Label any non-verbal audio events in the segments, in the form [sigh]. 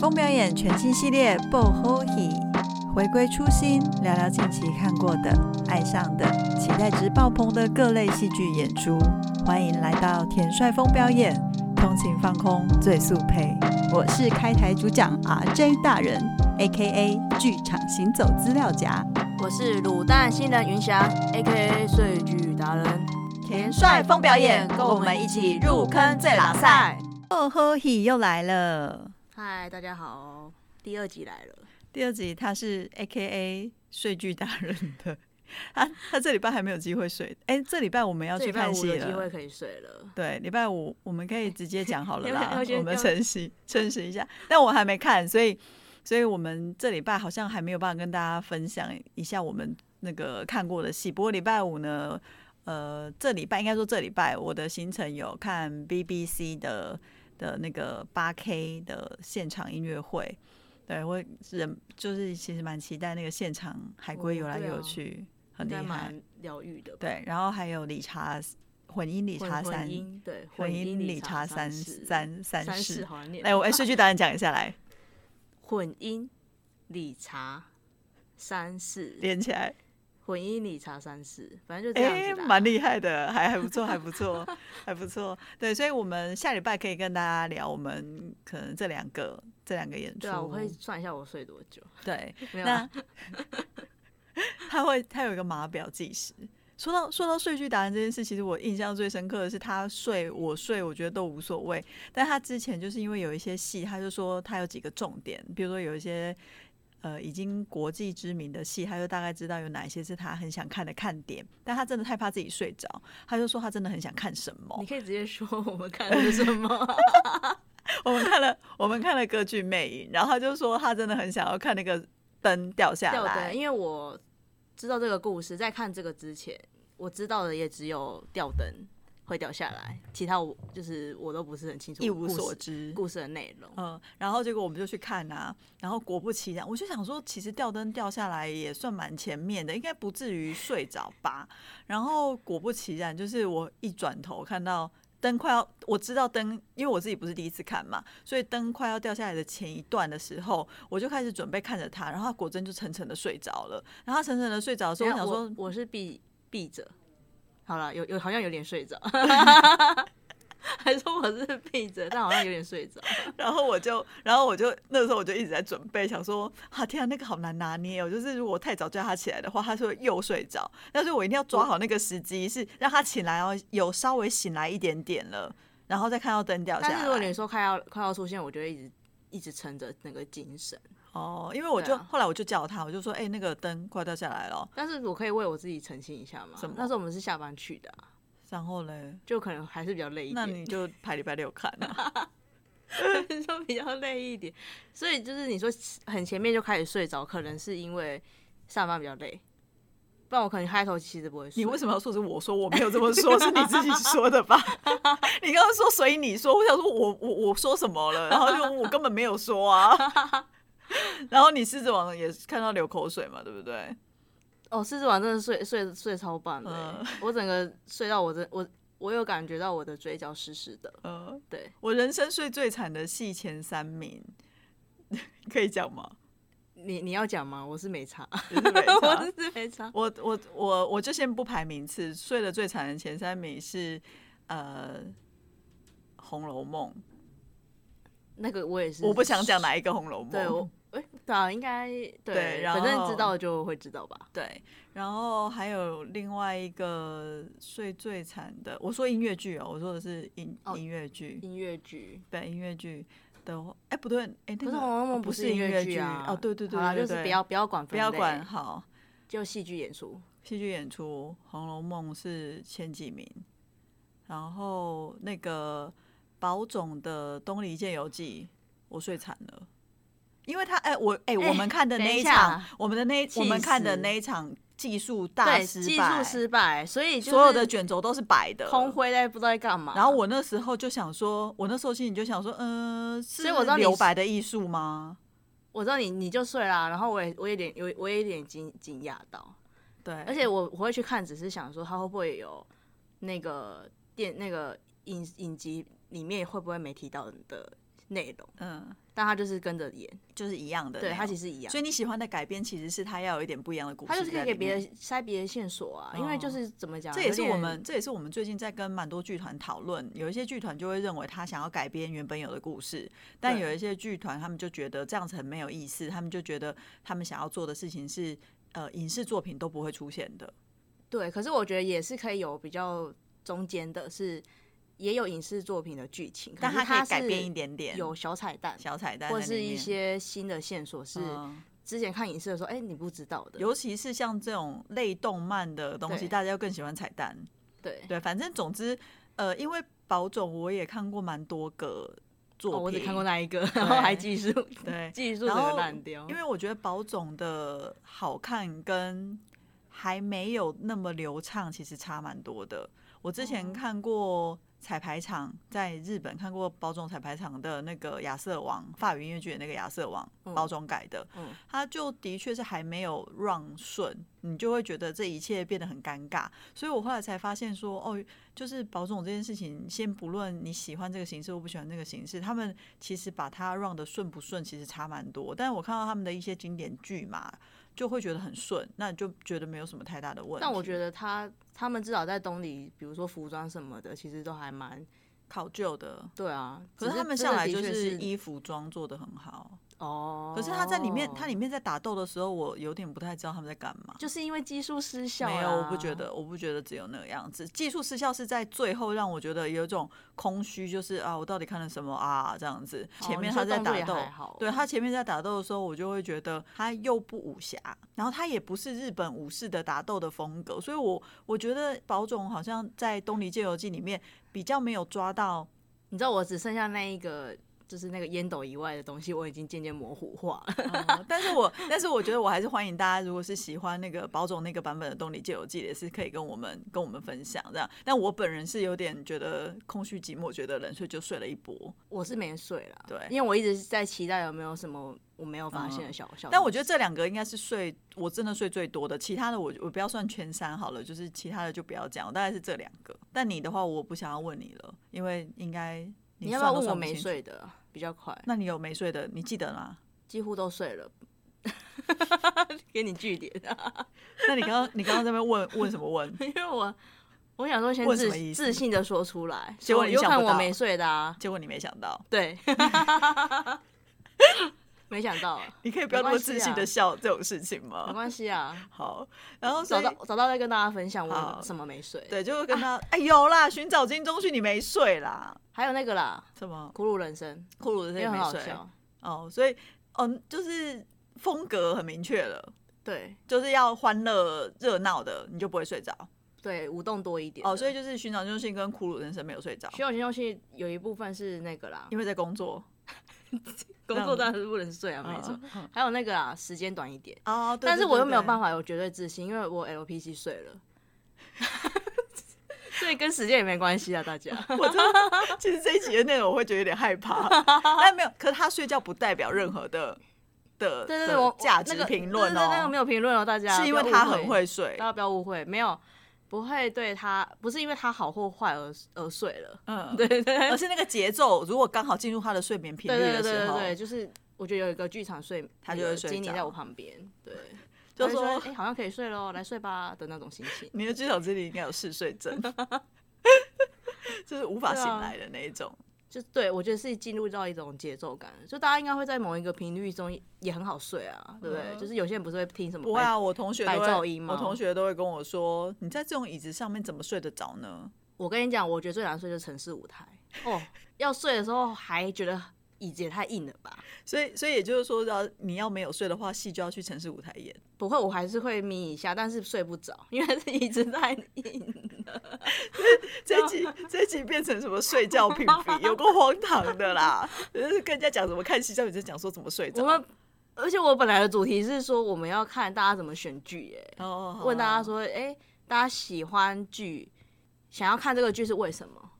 风表演全新系列《爆吼戏》，回归初心，聊聊近期看过的、爱上的、期待值爆棚的各类戏剧演出。欢迎来到田帅风表演，通勤放空最速配。我是开台主讲 RJ 大人，A.K.A 剧场行走资料夹。我是卤蛋新人云霞，A.K.A 睡剧达人。田帅风表演，跟我们一起入坑最拉塞。爆吼戏又来了。嗨，大家好，第二集来了。第二集他是 A K A 睡剧达人的，他他这礼拜还没有机会睡。哎、这礼拜我们要这去礼拜看五戏有机会了。可以睡了。对，礼拜五我们可以直接讲好了要啦要，先我们要晨曦晨曦一下。但我还没看，所以所以我们这礼拜好像还没有办法跟大家分享一下我们那个看过的戏。不过礼拜五呢，呃，这礼拜应该说这礼拜我的行程有看 BBC 的的那个八 K 的现场音乐会。对我人就是其实蛮期待那个现场海龟游来哦对啊游去，很厉应该害。蛮疗愈的吧。对，然后还有理查混音理混，查三混，音对，混音音理查三世三三三世世。好像念。来，我哎，顺序答案讲一下来，混音理查三世，连起来，混音理查三世，反正就这哎样，子啦。啊蛮厉害的，还还不错，还不 [laughs] 错，还不错。对，所以我们下礼拜可以跟大家聊我们可能这两个这两个演出。对啊，我会算一下我睡多久。对，没有啊，那 [laughs] 他会，他有一个码表计时。说到说到睡具达人这件事，其实我印象最深刻的是他睡我睡，我觉得都无所谓。但他之前就是因为有一些戏，他就说他有几个重点，比如说有一些呃已经国际知名的戏，他就大概知道有哪些是他很想看的看点。但他真的太怕自己睡着，他就说他真的很想看什么。你可以直接说我们看的是什么。我们看了我们看了歌剧《魅影》，然后他就说他真的很想要看那个灯掉下掉来灯，。因为我知道这个故事，在看这个之前，我知道的也只有吊灯会掉下来，其他我就是我都不是很清楚，一无所，知，故事的内容。嗯，然后结果我们就去看啊，然后果不其然，我就想说，其实吊灯掉下来也算蛮前面的，应该不至于睡着吧。然后果不其然，就是我一转头看到灯快要，我知道灯，因为我自己不是第一次看嘛，所以灯快要掉下来的前一段的时候，我就开始准备看着它，然后它果真就沉沉的睡着了。然后它沉沉的睡着的时所候，我以想说我，我是闭闭着，好了，有有好像有点睡 [laughs] 着，还说我是闭着，但好像有点 [laughs] 睡着。然后我就，然后我就那时候我就一直在准备，想说，啊天啊，那个好难拿捏哦。就是如果太早叫他起来的话，他是会又睡着。但是我一定要抓好那个时机，是让他起来哦，有稍微醒来一点点了，然后再看到灯掉下但是如果来你。说快要快要出现，我就会一直一直撑着那个精神。哦，因为我就、对啊后来我就叫他，我就说，哎、那个灯快掉下来了哦。但是我可以为我自己澄清一下吗什么？那时候我们是下班去的啊、然后嘞，就可能还是比较累一点。那你就排礼拜六看啊。 [laughs] 就比较累一点，所以就是你说很前面就开始睡着，可能是因为上班比较累，不然我可能开头其实不会睡。你为什么要说是我说？我没有这么说，是你自己说的吧？ [laughs] 你刚刚说所以你说，我想说我我我说什么了？然后就我根本没有说啊。 [laughs] 然后你狮子王也是看到流口水嘛，对不对？哦，狮子王真的睡睡睡超棒的、欸嗯我整个睡到我真我我有感觉到我的嘴角湿湿的，呃，对，我人生睡最惨的戏前三名，可以讲吗？你你要讲吗？我是没差，就是 [laughs] 没差我真是没差。我我我我就先不排名次，睡得最惨的前三名是呃《红楼梦那个我也》，是，我不想讲哪一个《红楼梦》。对我哎、对啊，应该对对，然反正后知道就会知道吧。对，然后还有另外一个睡最惨的，我说音乐剧哦，我说的是音、哦音乐剧，音乐剧对音乐剧的话，哎不对，哎那可个是《红楼梦》不是音乐剧啊，哦对对对好啦对就是对不要不要管分不要类管好就戏剧演出，戏剧演出，《红楼梦》是前几名，然后那个宝冢的《东篱剑游记》，我睡惨了。因为他哎、我哎、我哎们看的等那一一场，下啊我们的那我们气看的死那一场技术大对，失技败，术失败，所以就是所有的卷轴都是白的，空灰在不知道在干嘛。然后我那时候就想说，我那时候心里就想说，嗯、呃，所以是我知道你留白的艺术吗？我知道你你就睡啦，然后我也我有点有我也有点惊惊讶到，对，而且我我会去看，只是想说他会不会有那个电那个影影集里面会不会没提到的内容，嗯，但他就是跟着演，就是一样的内对容。他其实一样啊所。以你喜欢的改编其实是他要有一点不一样的故事他在里就是面，可以给别人塞别的线索啊，因为哦就是怎么讲，这也有是点我们，这也是我们最近在跟蛮多剧团讨论，有一些剧团就会认为他想要改编原本有的故事，但对有一些剧团他们就觉得这样子很没有意思，他们就觉得他们想要做的事情是呃影视作品都不会出现的。对，可是我觉得也是可以有比较中间的是，也有影视作品的剧情，但可是它可它以改编是一点点有小彩蛋，小彩蛋在或里面，是一些新的线索是嗯之前看影视的时候，哎、你不知道的。尤其是像这种类动漫的东西，对大家更喜欢彩蛋。对，对，反正总之，呃，因为宝总我也看过蛮多个作品，哦我只看过那一个，然后还技术，对 [laughs] 技术整然个后烂掉。因为我觉得宝总的好看跟还没有那么流畅，其实差蛮多的。我之前哦看过彩排场，在日本看过宝总彩排场的那个亚瑟王，法语音乐剧的那个亚瑟王，嗯包装改的，嗯他就的确是还没有让顺，你就会觉得这一切变得很尴尬。所以我后来才发现说，哦，就是保总这件事情，先不论你喜欢这个形式，我不喜欢那个形式，他们其实把它让的顺不顺，其实差蛮多。但我看到他们的一些经典剧嘛，就会觉得很顺，那就觉得没有什么太大的问题。但我得觉得他他们至少在东里，比如说服装什么的，其实都还蛮考究的。对啊。可是只他们真向的来的就确是是衣服装做的很好，哦，可是他在里面，他里面在打斗的时候，我有点不太知道他们在干嘛。就是因为技术失效、啊，没有，我不觉得，我不觉得只有那个样子。技术失效是在最后让我觉得有一种空虚，就是啊，我到底看了什么啊？这样子。哦前面你他说在动作打也斗还好，对他前面在打斗的时候，我就会觉得他又不武侠，然后他也不是日本武士的打斗的风格，所以我我觉得宝冢好像在《东离借游记》里面比较没有抓到你知道我只剩下那一个，就是那个烟斗以外的东西，我已经渐渐模糊化了。 [laughs] 哦但是我但是我觉得我还是欢迎大家，如果是喜欢那个宝总那个版本的《动力借游记》，也是可以跟我们跟我们分享这样。但我本人是有点觉得空虚寂寞，觉得冷，所以就睡了一波。我是没睡了，对因为我一直在期待有没有什么我没有发现的小小、嗯但我觉得这两个应该是睡我真的睡最多的，其他的我我不要算前三好了，就是其他的就不要讲，我大概是这两个。但你的话，我不想要问你了，因为应该你你要不要算都问我算不没清楚？睡的？比较快，那你有没睡的，你记得吗？几乎都睡了。 [laughs] 给你据点、啊那你刚刚你刚刚在那边问问什么问？ [laughs] [laughs] 因为我我想说先问什么意自思自信的说出来，结果说你有想可能不我到没睡 [laughs] 的啊，结果你没想到， [laughs] 对，没想到啊，你可以不要那没么关系自信啊的笑这种事情吗？没关系啊，好，然后哦所找以到啊找到再跟大家分享我好什么没睡，对，就跟他哎、有啦，寻找金钟旭你没睡啦，还有那个啦，什么苦鲁人生，骷髅的因这为个嗯很没好睡笑，哦，所以嗯，就是风格很明确了，对就是要欢乐热闹的，你就不会睡着对，舞动多一点的哦，所以就是寻找金钟旭跟骷髅人生没有睡着，学有情游戏有一部分是那个啦，因为在工作工作当然是不能睡啊，嗯没错，嗯还有那个啦，时间短一点，哦，对但是我又没有办法，法有绝对自信，因为我 LPC 睡 [laughs] 了。所以跟时间也没关系啊，大家。我真的其实这一集的内容我会觉得有点害怕，但没有，可是他睡觉不代表任何的的 [laughs] 对的对对，我价我值那个评论对对对那个哦没，有评论哦，大家是因为不要他误很会睡大，家不要误会，没有不会对他，不是因为他好或坏而而睡了，嗯， [laughs] 对对对而是那个节奏，如果刚好进入他的睡眠频率对对的对时对候，对，就是我觉得有一个剧场睡，他那就会个睡经理着在我旁边，对，就他说哎、诶好像可以睡喽，来睡吧的那种心情。你的至少这里应该有嗜睡 [laughs] 症，就是无法对啊醒来的那一种。就对我觉得是进入到一种节奏感，就大家应该会在某一个频率中也也很好睡啊，对不对？嗯就是有些人不是会听什么哎不会白啊，我同学都白噪会，音吗我同学都会跟我说，你在这种椅子上面怎么睡得着呢？我跟你讲，我觉得最难睡就是城市舞 [laughs] 台哦，要睡的时候还觉得椅子也太硬了吧？所以，所以也就是说，要你要没有睡的话，戏就要去城市舞台演。不会，我还是会眯一下，但是睡不着，因为这椅子太硬。这一集 [laughs] 这一集变成什么睡觉评比，有够荒唐的啦！ [laughs] 就是跟人家讲怎么看戏，叫你在讲说怎么睡着。我们而且我本来的主题是说我们要看大家怎么选剧，耶，哦，好啊问大家，说，哎、大家喜欢剧，想要看这个剧是为什么？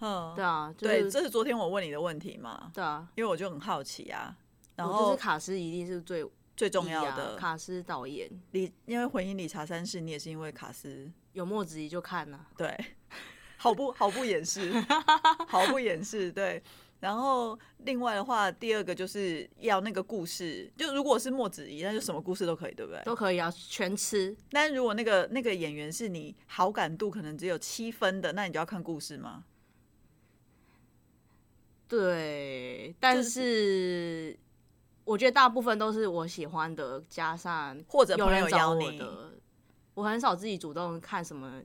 嗯对，啊，就对，是这是昨天我问你的问题嘛，对啊，因为我就很好奇啊。然我就后是卡斯一定是最最重一要啊的，卡斯导演理因为回应理查三世，你也是因为卡斯有墨子怡就看呐、对，毫不毫不掩饰，毫不掩饰对。然后另外的话，第二个就是要那个故事，就如果是莫子仪，那就什么故事都可以，对不对？都可以啊，全吃。但如果那个那个演员是你好感度可能只有七分的，那你就要看故事吗？对，但就是我觉得大部分都是我喜欢的，加上或者有朋友人找邀我你？的，我很少自己主动看什么，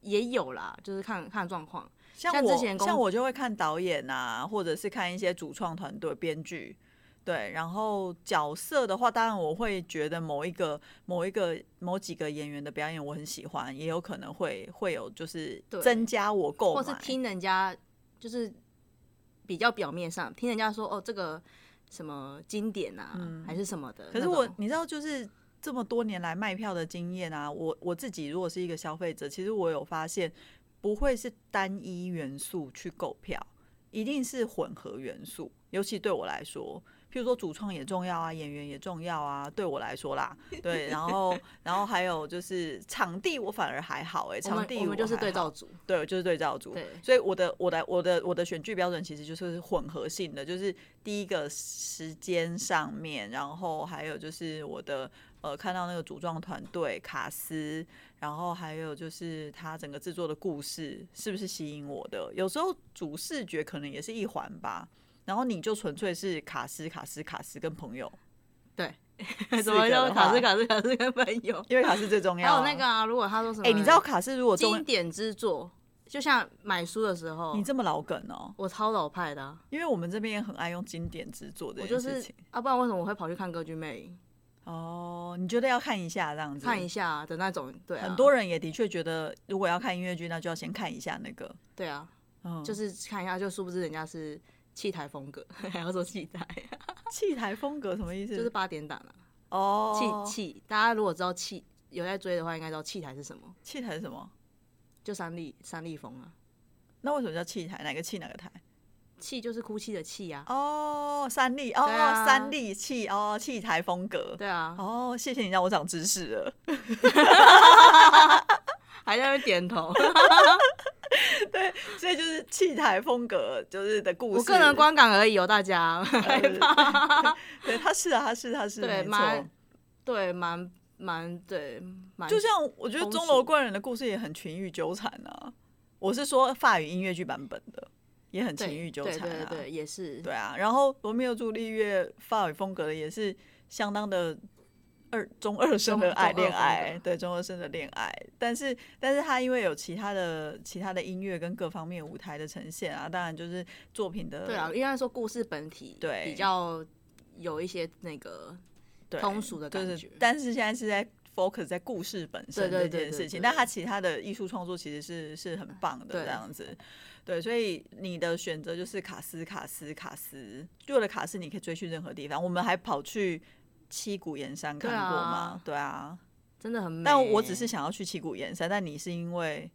也有啦，就是看看状况。像像之我前公像我就会看导演啊，或者是看一些主创团队、编剧，对。然后角色的话，当然我会觉得某一个、某一个、某几个演员的表演我很喜欢，也有可能会会有就是对增加我购或买。是听人家就是比较表面上听人家说哦，这个什么经典啊，还是什么的。嗯可是那我种，你知道，就是这么多年来卖票的经验啊，我我自己如果是一个消费者，其实我有发现，不会是单一元素去购票，一定是混合元素。尤其对我来说，譬如说主创也重要啊，演员也重要啊，对我来说啦，对，然后然后还有就是场地，我反而还好哎、我场们地我们就是还对好 [laughs] 照组，对，就是对照组。对所以我的我的我的我的选剧标准其实就是混合性的，就是第一个时间上面，然后还有就是我的呃看到那个主创团队卡斯，然后还有就是他整个制作的故事是不是吸引我的？有时候主视觉可能也是一环吧。然后你就纯粹是卡斯卡斯卡斯跟朋友，对，四怎么个的就卡话斯卡斯卡斯跟朋友，因为卡斯最重还要、有那个，啊，如果他说什么，哎、你知道卡斯如果经中典之作，就像买书的时候你，这么老梗哦，我超老派的啊、因为我们这边也很爱用经典之作这我件就事是情。啊，不然为什么我会跑去看《歌剧魅影哦，你觉得要看一下这样》子？看一下的那种？对、啊，很多人也的确觉得，如果要看音乐剧，那就要先看一下那个。对啊，嗯，就是是看一下，就殊不知人家是器台风格， [laughs] 还要说器台，器台风格什么意思？就是八点档啊。哦，气气，大家如果知道气有在追的话，应该知道气台是什么，器台是什么？就三立三立风啊，那为什么叫器台？哪个器哪个台？气就是哭泣的气啊，哦，三立哦，对啊三立器哦，器台风格。对啊，哦，谢谢你让我长知识了。还在那边 [laughs] 点头。所以就是器台风格，就是的故事。我个人观感而已哦，大家呃对对 [laughs] 对，他是啊，他是他是，对没蛮错。 [laughs] 对蛮蛮对蛮，就像我觉得风钟楼俗怪人的故事也很情欲纠缠啊，我是说法语音乐剧版本的也很情对欲纠对缠对啊，对，也是对啊。然后罗密欧朱丽叶法语风格的也是相当的二中二生的中爱中二恋风爱格，对中二生的恋爱。但是但是他因为有其他的其他的音乐跟各方面舞台的呈现啊，当然就是作品的对啊，应该说故事本体对比较有一些那个对通俗的感就是觉，但是现在是在 focus 在故事本身这对对件对对事情，对但他其他的艺术创作其实是是很棒的对这样子。对，所以你的选择就是卡斯、卡斯、卡斯。为了卡斯，你可以追去任何地方。我们还跑去七谷岩山看对啊过吗？对啊，真的很美。但我只是想要去七谷岩山，但你是因为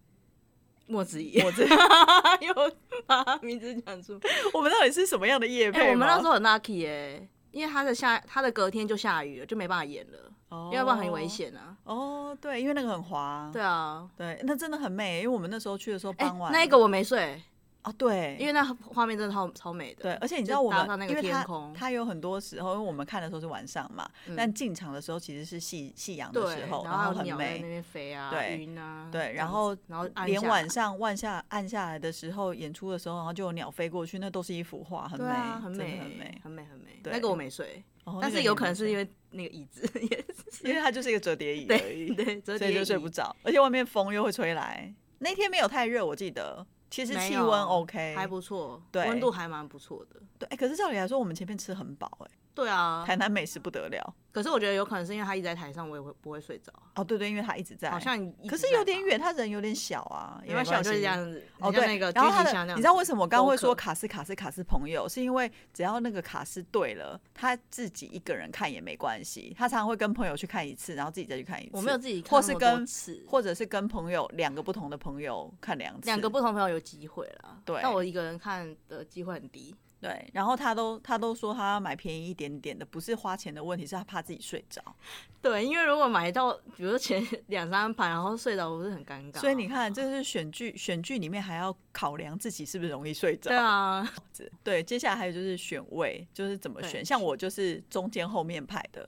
莫子仪，我这 [laughs] 又把他名字讲 [laughs] 出来。我们到底是什么样的夜配哎、吗、我们那时候很 lucky 哎、因为他的下他的隔天就下雨了，就没办法演了，候要不然很危。险啊。哦，对，因为那个很滑。对啊，对，那真的很美，因为我们那时候去的时候哎、傍晚。那一个我没睡，哦，对，因为那画面真的超超美的。对，而且你知就道我搭们，上那个因为天它空嗯它有很多时候，因为我们看的时候是晚上嘛，但进场的时候其实是夕夕阳的对，时候，然后还有很鸟在那美。边飞啊，对云啊，对这样子然后然后暗连下晚上万下暗下来的时候，演出的时候，然后就有鸟飞过去，那都是一幅画，很对美，啊，很真的美，很美美，。很美，很美。对那个我没睡，哦但是有可能是因为，为那个椅子， [laughs] 也因为它就是一个折叠椅而已， [laughs] 对，折所以叠就睡椅不着，而且外面风又会吹来。那天没有太热，我记得，其实没气有啊温 OK，还不错，对温度还蛮不错的。对。哎，可是照理来说，我们前面吃很饱，哎，对啊，台南美食不得了。可是我觉得有可能是因为他一直在台上，我也会不会睡着，哦，对对，因为它一直在，好像一直可是在有点吧远，他人有点小啊，也没关系，关就是系这。样子。哦，很像对，那个然后狙他击枪的那，样你知道为子什么我刚刚会播说客卡斯卡斯卡斯朋友，是因为只要那个卡斯对了，他自己一个人看也没关系，他常常会跟朋友去看一次，然后自己再去看一次，我没有自己看或那是么多跟次或者是跟朋友两个不同的朋友看两次，两个不同朋友有机会啦，对但我一个人看的机会很低，对，然后他都他都说他要买便宜一点点的，不是花钱的问题，是他怕自己睡着。对，因为如果买到，比如说 [laughs] 前两三盘，然后睡着，不是很尴尬。所以你，看，这是选剧，选剧里面还要考量自己是不是容易睡着对。啊，对对，接下来还有就是选位，就是怎么对选。像我就是中间后面派的，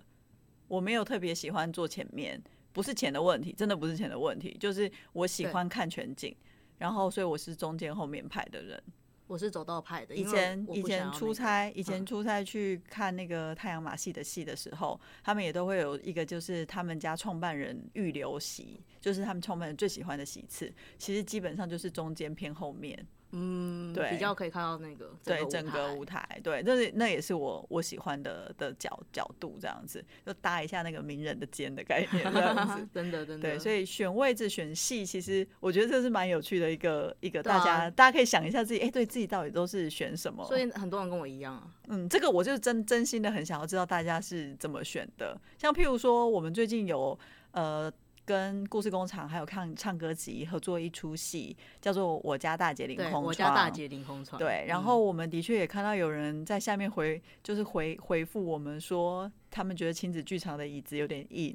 我没有特别喜欢坐前面，不是钱的问题，真的不是钱的问题，就是我喜欢看全景。然后，所以我是中间后面派的人。我是走道派的。以因为前我以不想要前那出个，差，以前嗯出差去看那个太阳马戏的戏的时候，他们也都会有一个，就是他们家创办人预留席，就是他们创办人最喜欢的席次，其实基本上就是中间偏后面。嗯，对比较可以看到那个对整个个舞舞台。台，对，那是那也是我我喜欢的的角角度，这样子就搭一下那个名人的肩的概念，这样子 [laughs] [laughs] 真的真的。对，所以选位置、选戏，其实我觉得这是蛮有趣的一个一个，对啊大家、大家可以想一下自己，哎、对自己到底都是选什么？所以很多人跟我一样啊，嗯，这个我就真真心的很想要知道大家是怎么选的。像譬如说，我们最近有呃跟故事工厂还有看唱歌集合作一出戏，叫做《我家大姐凌空对，窗》。我家大姐凌空床，对，然嗯后我们的确也看到有人在下面回，就是回回复我们说，他们觉得亲子剧场的椅子有点硬，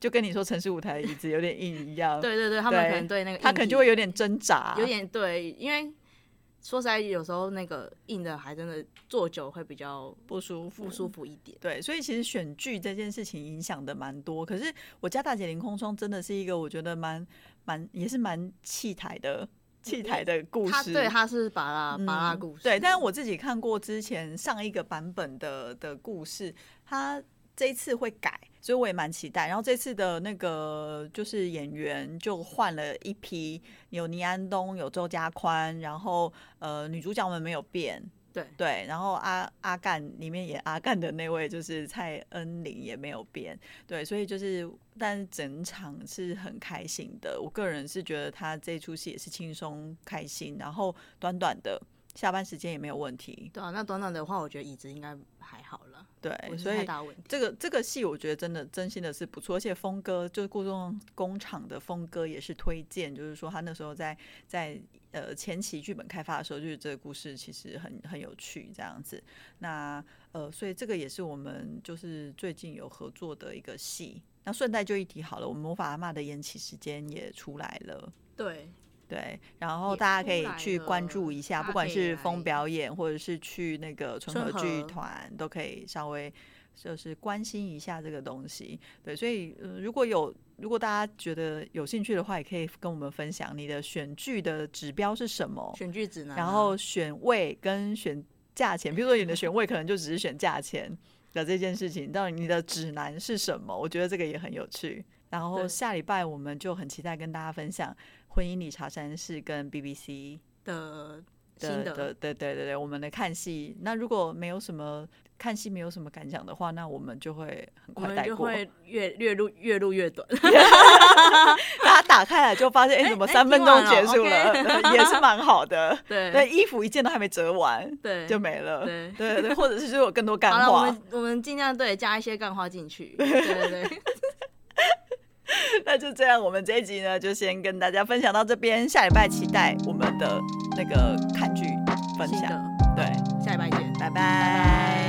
就跟你说城市舞台的椅子有点硬一样。，对对对，他们对可能对那个他硬可能体就会有点挣扎，有点对，因为说实在，有时候那个硬的还真的坐久会比较不舒服不。舒服一点。对，所以其实选剧这件事情影响的蛮多。可是我家大姐凌空窗真的是一个我觉得蛮蛮也是蛮气台的嗯气台的故他事。对他是巴拉巴拉嗯故事，对，但是我自己看过之前上一个版本的的故事，它这一次会改，所以我也蛮期待。然后这次的那个就是演员就换了一批，有倪安东，有周家宽，然后呃女主角们没有变。对对，然后阿阿干里面演阿干的那位就是蔡恩玲也没有变，对，所以就是，但是整场是很开心的。我个人是觉得他这出戏也是轻松开心，然后短短的下班时间也没有问题，对啊，那短短的话，我觉得椅子应该还好了，对不，是所太以大问题。这个这个戏我觉得真的真心的是不错，而且峰哥就是故中工厂的峰哥也是推荐，就是说他那时候在在呃前期剧本开发的时候，就是这个故事其实很很有趣这样子。那呃，所以这个也是我们就是最近有合作的一个戏。那顺带就一提好了，我们魔法阿嬷的延期时间也出来了。对，对，然后也大家出可以来去关了注一下，大家不管可以是来风表演，或者是去那个纯春和剧和团，都可以稍微就是关心一下这个东西。对，所以、呃、如果有如果大家觉得有兴趣的话，也可以跟我们分享你的选剧的指标是什么，选句指南啊，然后选位跟选价钱，比如说你的选位可能就只是选价钱的这件事情，到底你的指南是什么？我觉得这个也很有趣。然后对下礼拜我们就很期待跟大家分享婚姻理查山是跟 BBC 的新的的的对对对对我们的看戏。那如果没有什么看戏没有什么感想的话，那我们就会很我快们带就过。会越越录越录越短， [laughs] 大家打开来就发现，哎、 [laughs] 哎怎么哎三分听钟完结了束了？ [laughs] 也是蛮好的。 [laughs] 对对，衣服一件都还没折完，对就没了。对对对对，或者是就有更多干好了，我话，们我们尽量对加一些干话 [laughs] 进去，对对对，那就这样，我们这一集呢就先跟大家分享到这边，下礼拜期待我们的那个看剧分新享，的，对，下礼拜见。拜拜